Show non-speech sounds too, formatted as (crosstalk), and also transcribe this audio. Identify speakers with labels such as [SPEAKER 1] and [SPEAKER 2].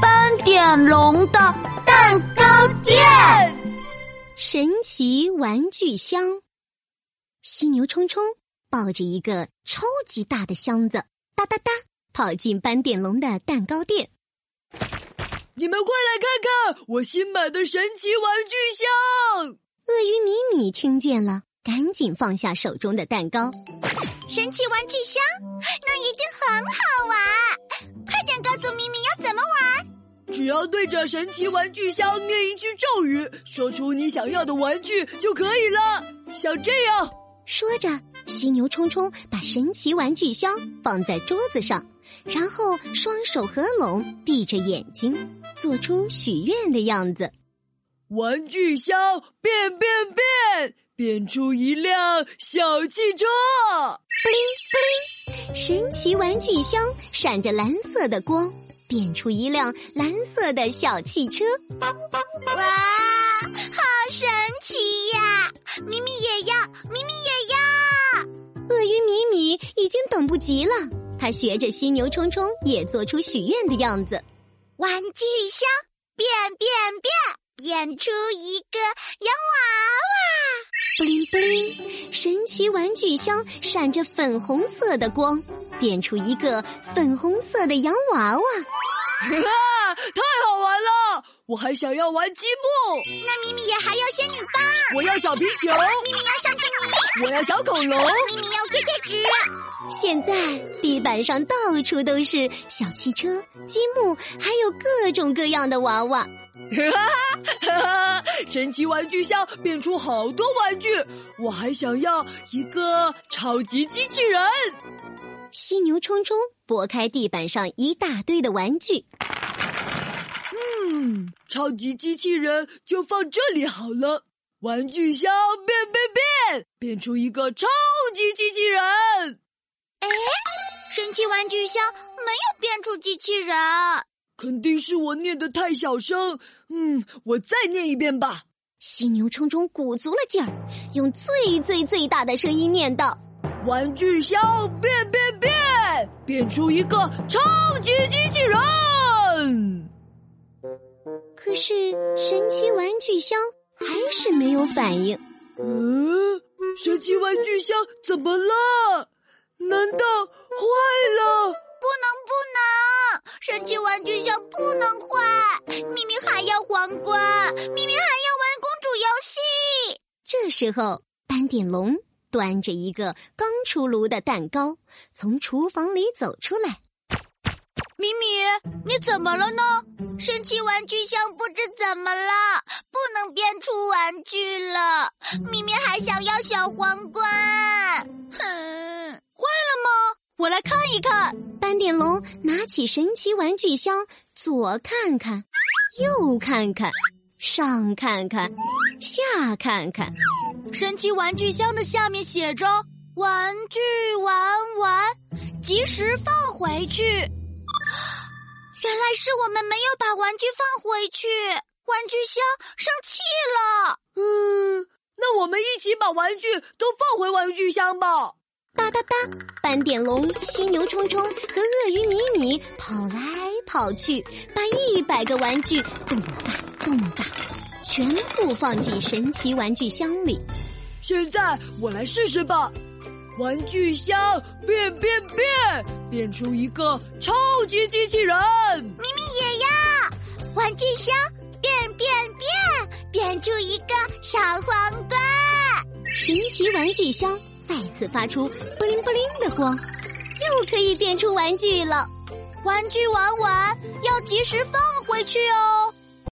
[SPEAKER 1] 斑点龙的蛋糕店，
[SPEAKER 2] 神奇玩具箱。犀牛冲冲抱着一个超级大的箱子，哒哒哒跑进斑点龙的蛋糕店。
[SPEAKER 3] 你们快来看看我新买的神奇玩具箱！
[SPEAKER 2] 鳄鱼米米听见了，赶紧放下手中的蛋糕。
[SPEAKER 1] 神奇玩具箱，那一定很好玩！快点告诉咪咪要怎么玩。
[SPEAKER 3] 只要对着神奇玩具箱念一句咒语，说出你想要的玩具就可以了。啊像这样，
[SPEAKER 2] 说着，犀牛冲冲把神奇玩具箱放在桌子上，然后双手合拢，闭着眼睛，做出许愿的样子。
[SPEAKER 3] 玩具箱变变变，变出一辆小汽车。 (laughs)
[SPEAKER 2] 布灵布灵，神奇玩具箱闪着蓝色的光，变出一辆蓝色的小汽车。
[SPEAKER 1] 哇，好神奇呀！咪咪也要，咪咪也
[SPEAKER 2] 要。鳄鱼米米已经等不及了，它学着犀牛冲冲也做出许愿的样子。
[SPEAKER 1] 玩具箱变变变。变出一个洋娃
[SPEAKER 2] 娃，布灵布灵！神奇玩具箱闪着粉红色的光，变出一个粉红色的洋娃娃。
[SPEAKER 3] 啊，太好玩了！我还想要玩积木。
[SPEAKER 1] 那咪咪也还要仙女棒。
[SPEAKER 3] 我要小皮球。
[SPEAKER 1] 咪咪要橡皮
[SPEAKER 3] 泥。我要小恐龙。
[SPEAKER 1] 咪咪要贴贴纸。
[SPEAKER 2] 现在地板上到处都是小汽车、积木，还有各种各样的娃娃。
[SPEAKER 3] 哈哈哈！ (laughs) 神奇玩具箱变出好多玩具，我还想要一个超级机器人。
[SPEAKER 2] 犀牛冲冲拨开地板上一大堆的玩具，
[SPEAKER 3] 嗯，超级机器人就放这里好了。玩具箱变变变，变出一个超级机器人。
[SPEAKER 1] 哎，神奇玩具箱没有变出机器人。
[SPEAKER 3] 肯定是我念的太小声，嗯，我再念一遍吧。
[SPEAKER 2] 犀牛冲冲鼓足了劲儿，用最最最大的声音念道：“
[SPEAKER 3] 玩具箱变变变，变出一个超级机器人。”
[SPEAKER 2] 可是神奇玩具箱还是没有反应。
[SPEAKER 3] 嗯，神奇玩具箱怎么了？难道坏了？
[SPEAKER 1] 不能不能！神奇玩具箱不能坏，咪咪还要皇冠，咪咪还要玩公主游戏。
[SPEAKER 2] 这时候，斑点龙端着一个刚出炉的蛋糕从厨房里走出来。
[SPEAKER 1] 咪咪，你怎么了呢？神奇玩具箱不知怎么了，不能变出玩具了。咪咪还想要小皇冠，哼，坏了吗？我来看一看，
[SPEAKER 2] 斑点龙拿起神奇玩具箱，左看看，右看看，上看看，下看看。
[SPEAKER 1] 神奇玩具箱的下面写着“玩具玩完，及时放回去”。原来是我们没有把玩具放回去，玩具箱生气了。呃
[SPEAKER 3] 嗯，那我们一起把玩具都放回玩具箱吧。
[SPEAKER 2] 哒哒哒！斑点龙、犀牛冲冲和鳄鱼米米跑来跑去，把一百个玩具咚哒咚哒，全部放进神奇玩具箱里。
[SPEAKER 3] 现在我来试试吧！玩具箱变变变，变出一个超级机器人。
[SPEAKER 1] 咪咪也要！玩具箱变变变，变出一个小皇冠。
[SPEAKER 2] 神奇玩具箱。再次发出“布灵布灵”的光，又可以变出玩具了。
[SPEAKER 1] 玩具玩完要及时放回去哦。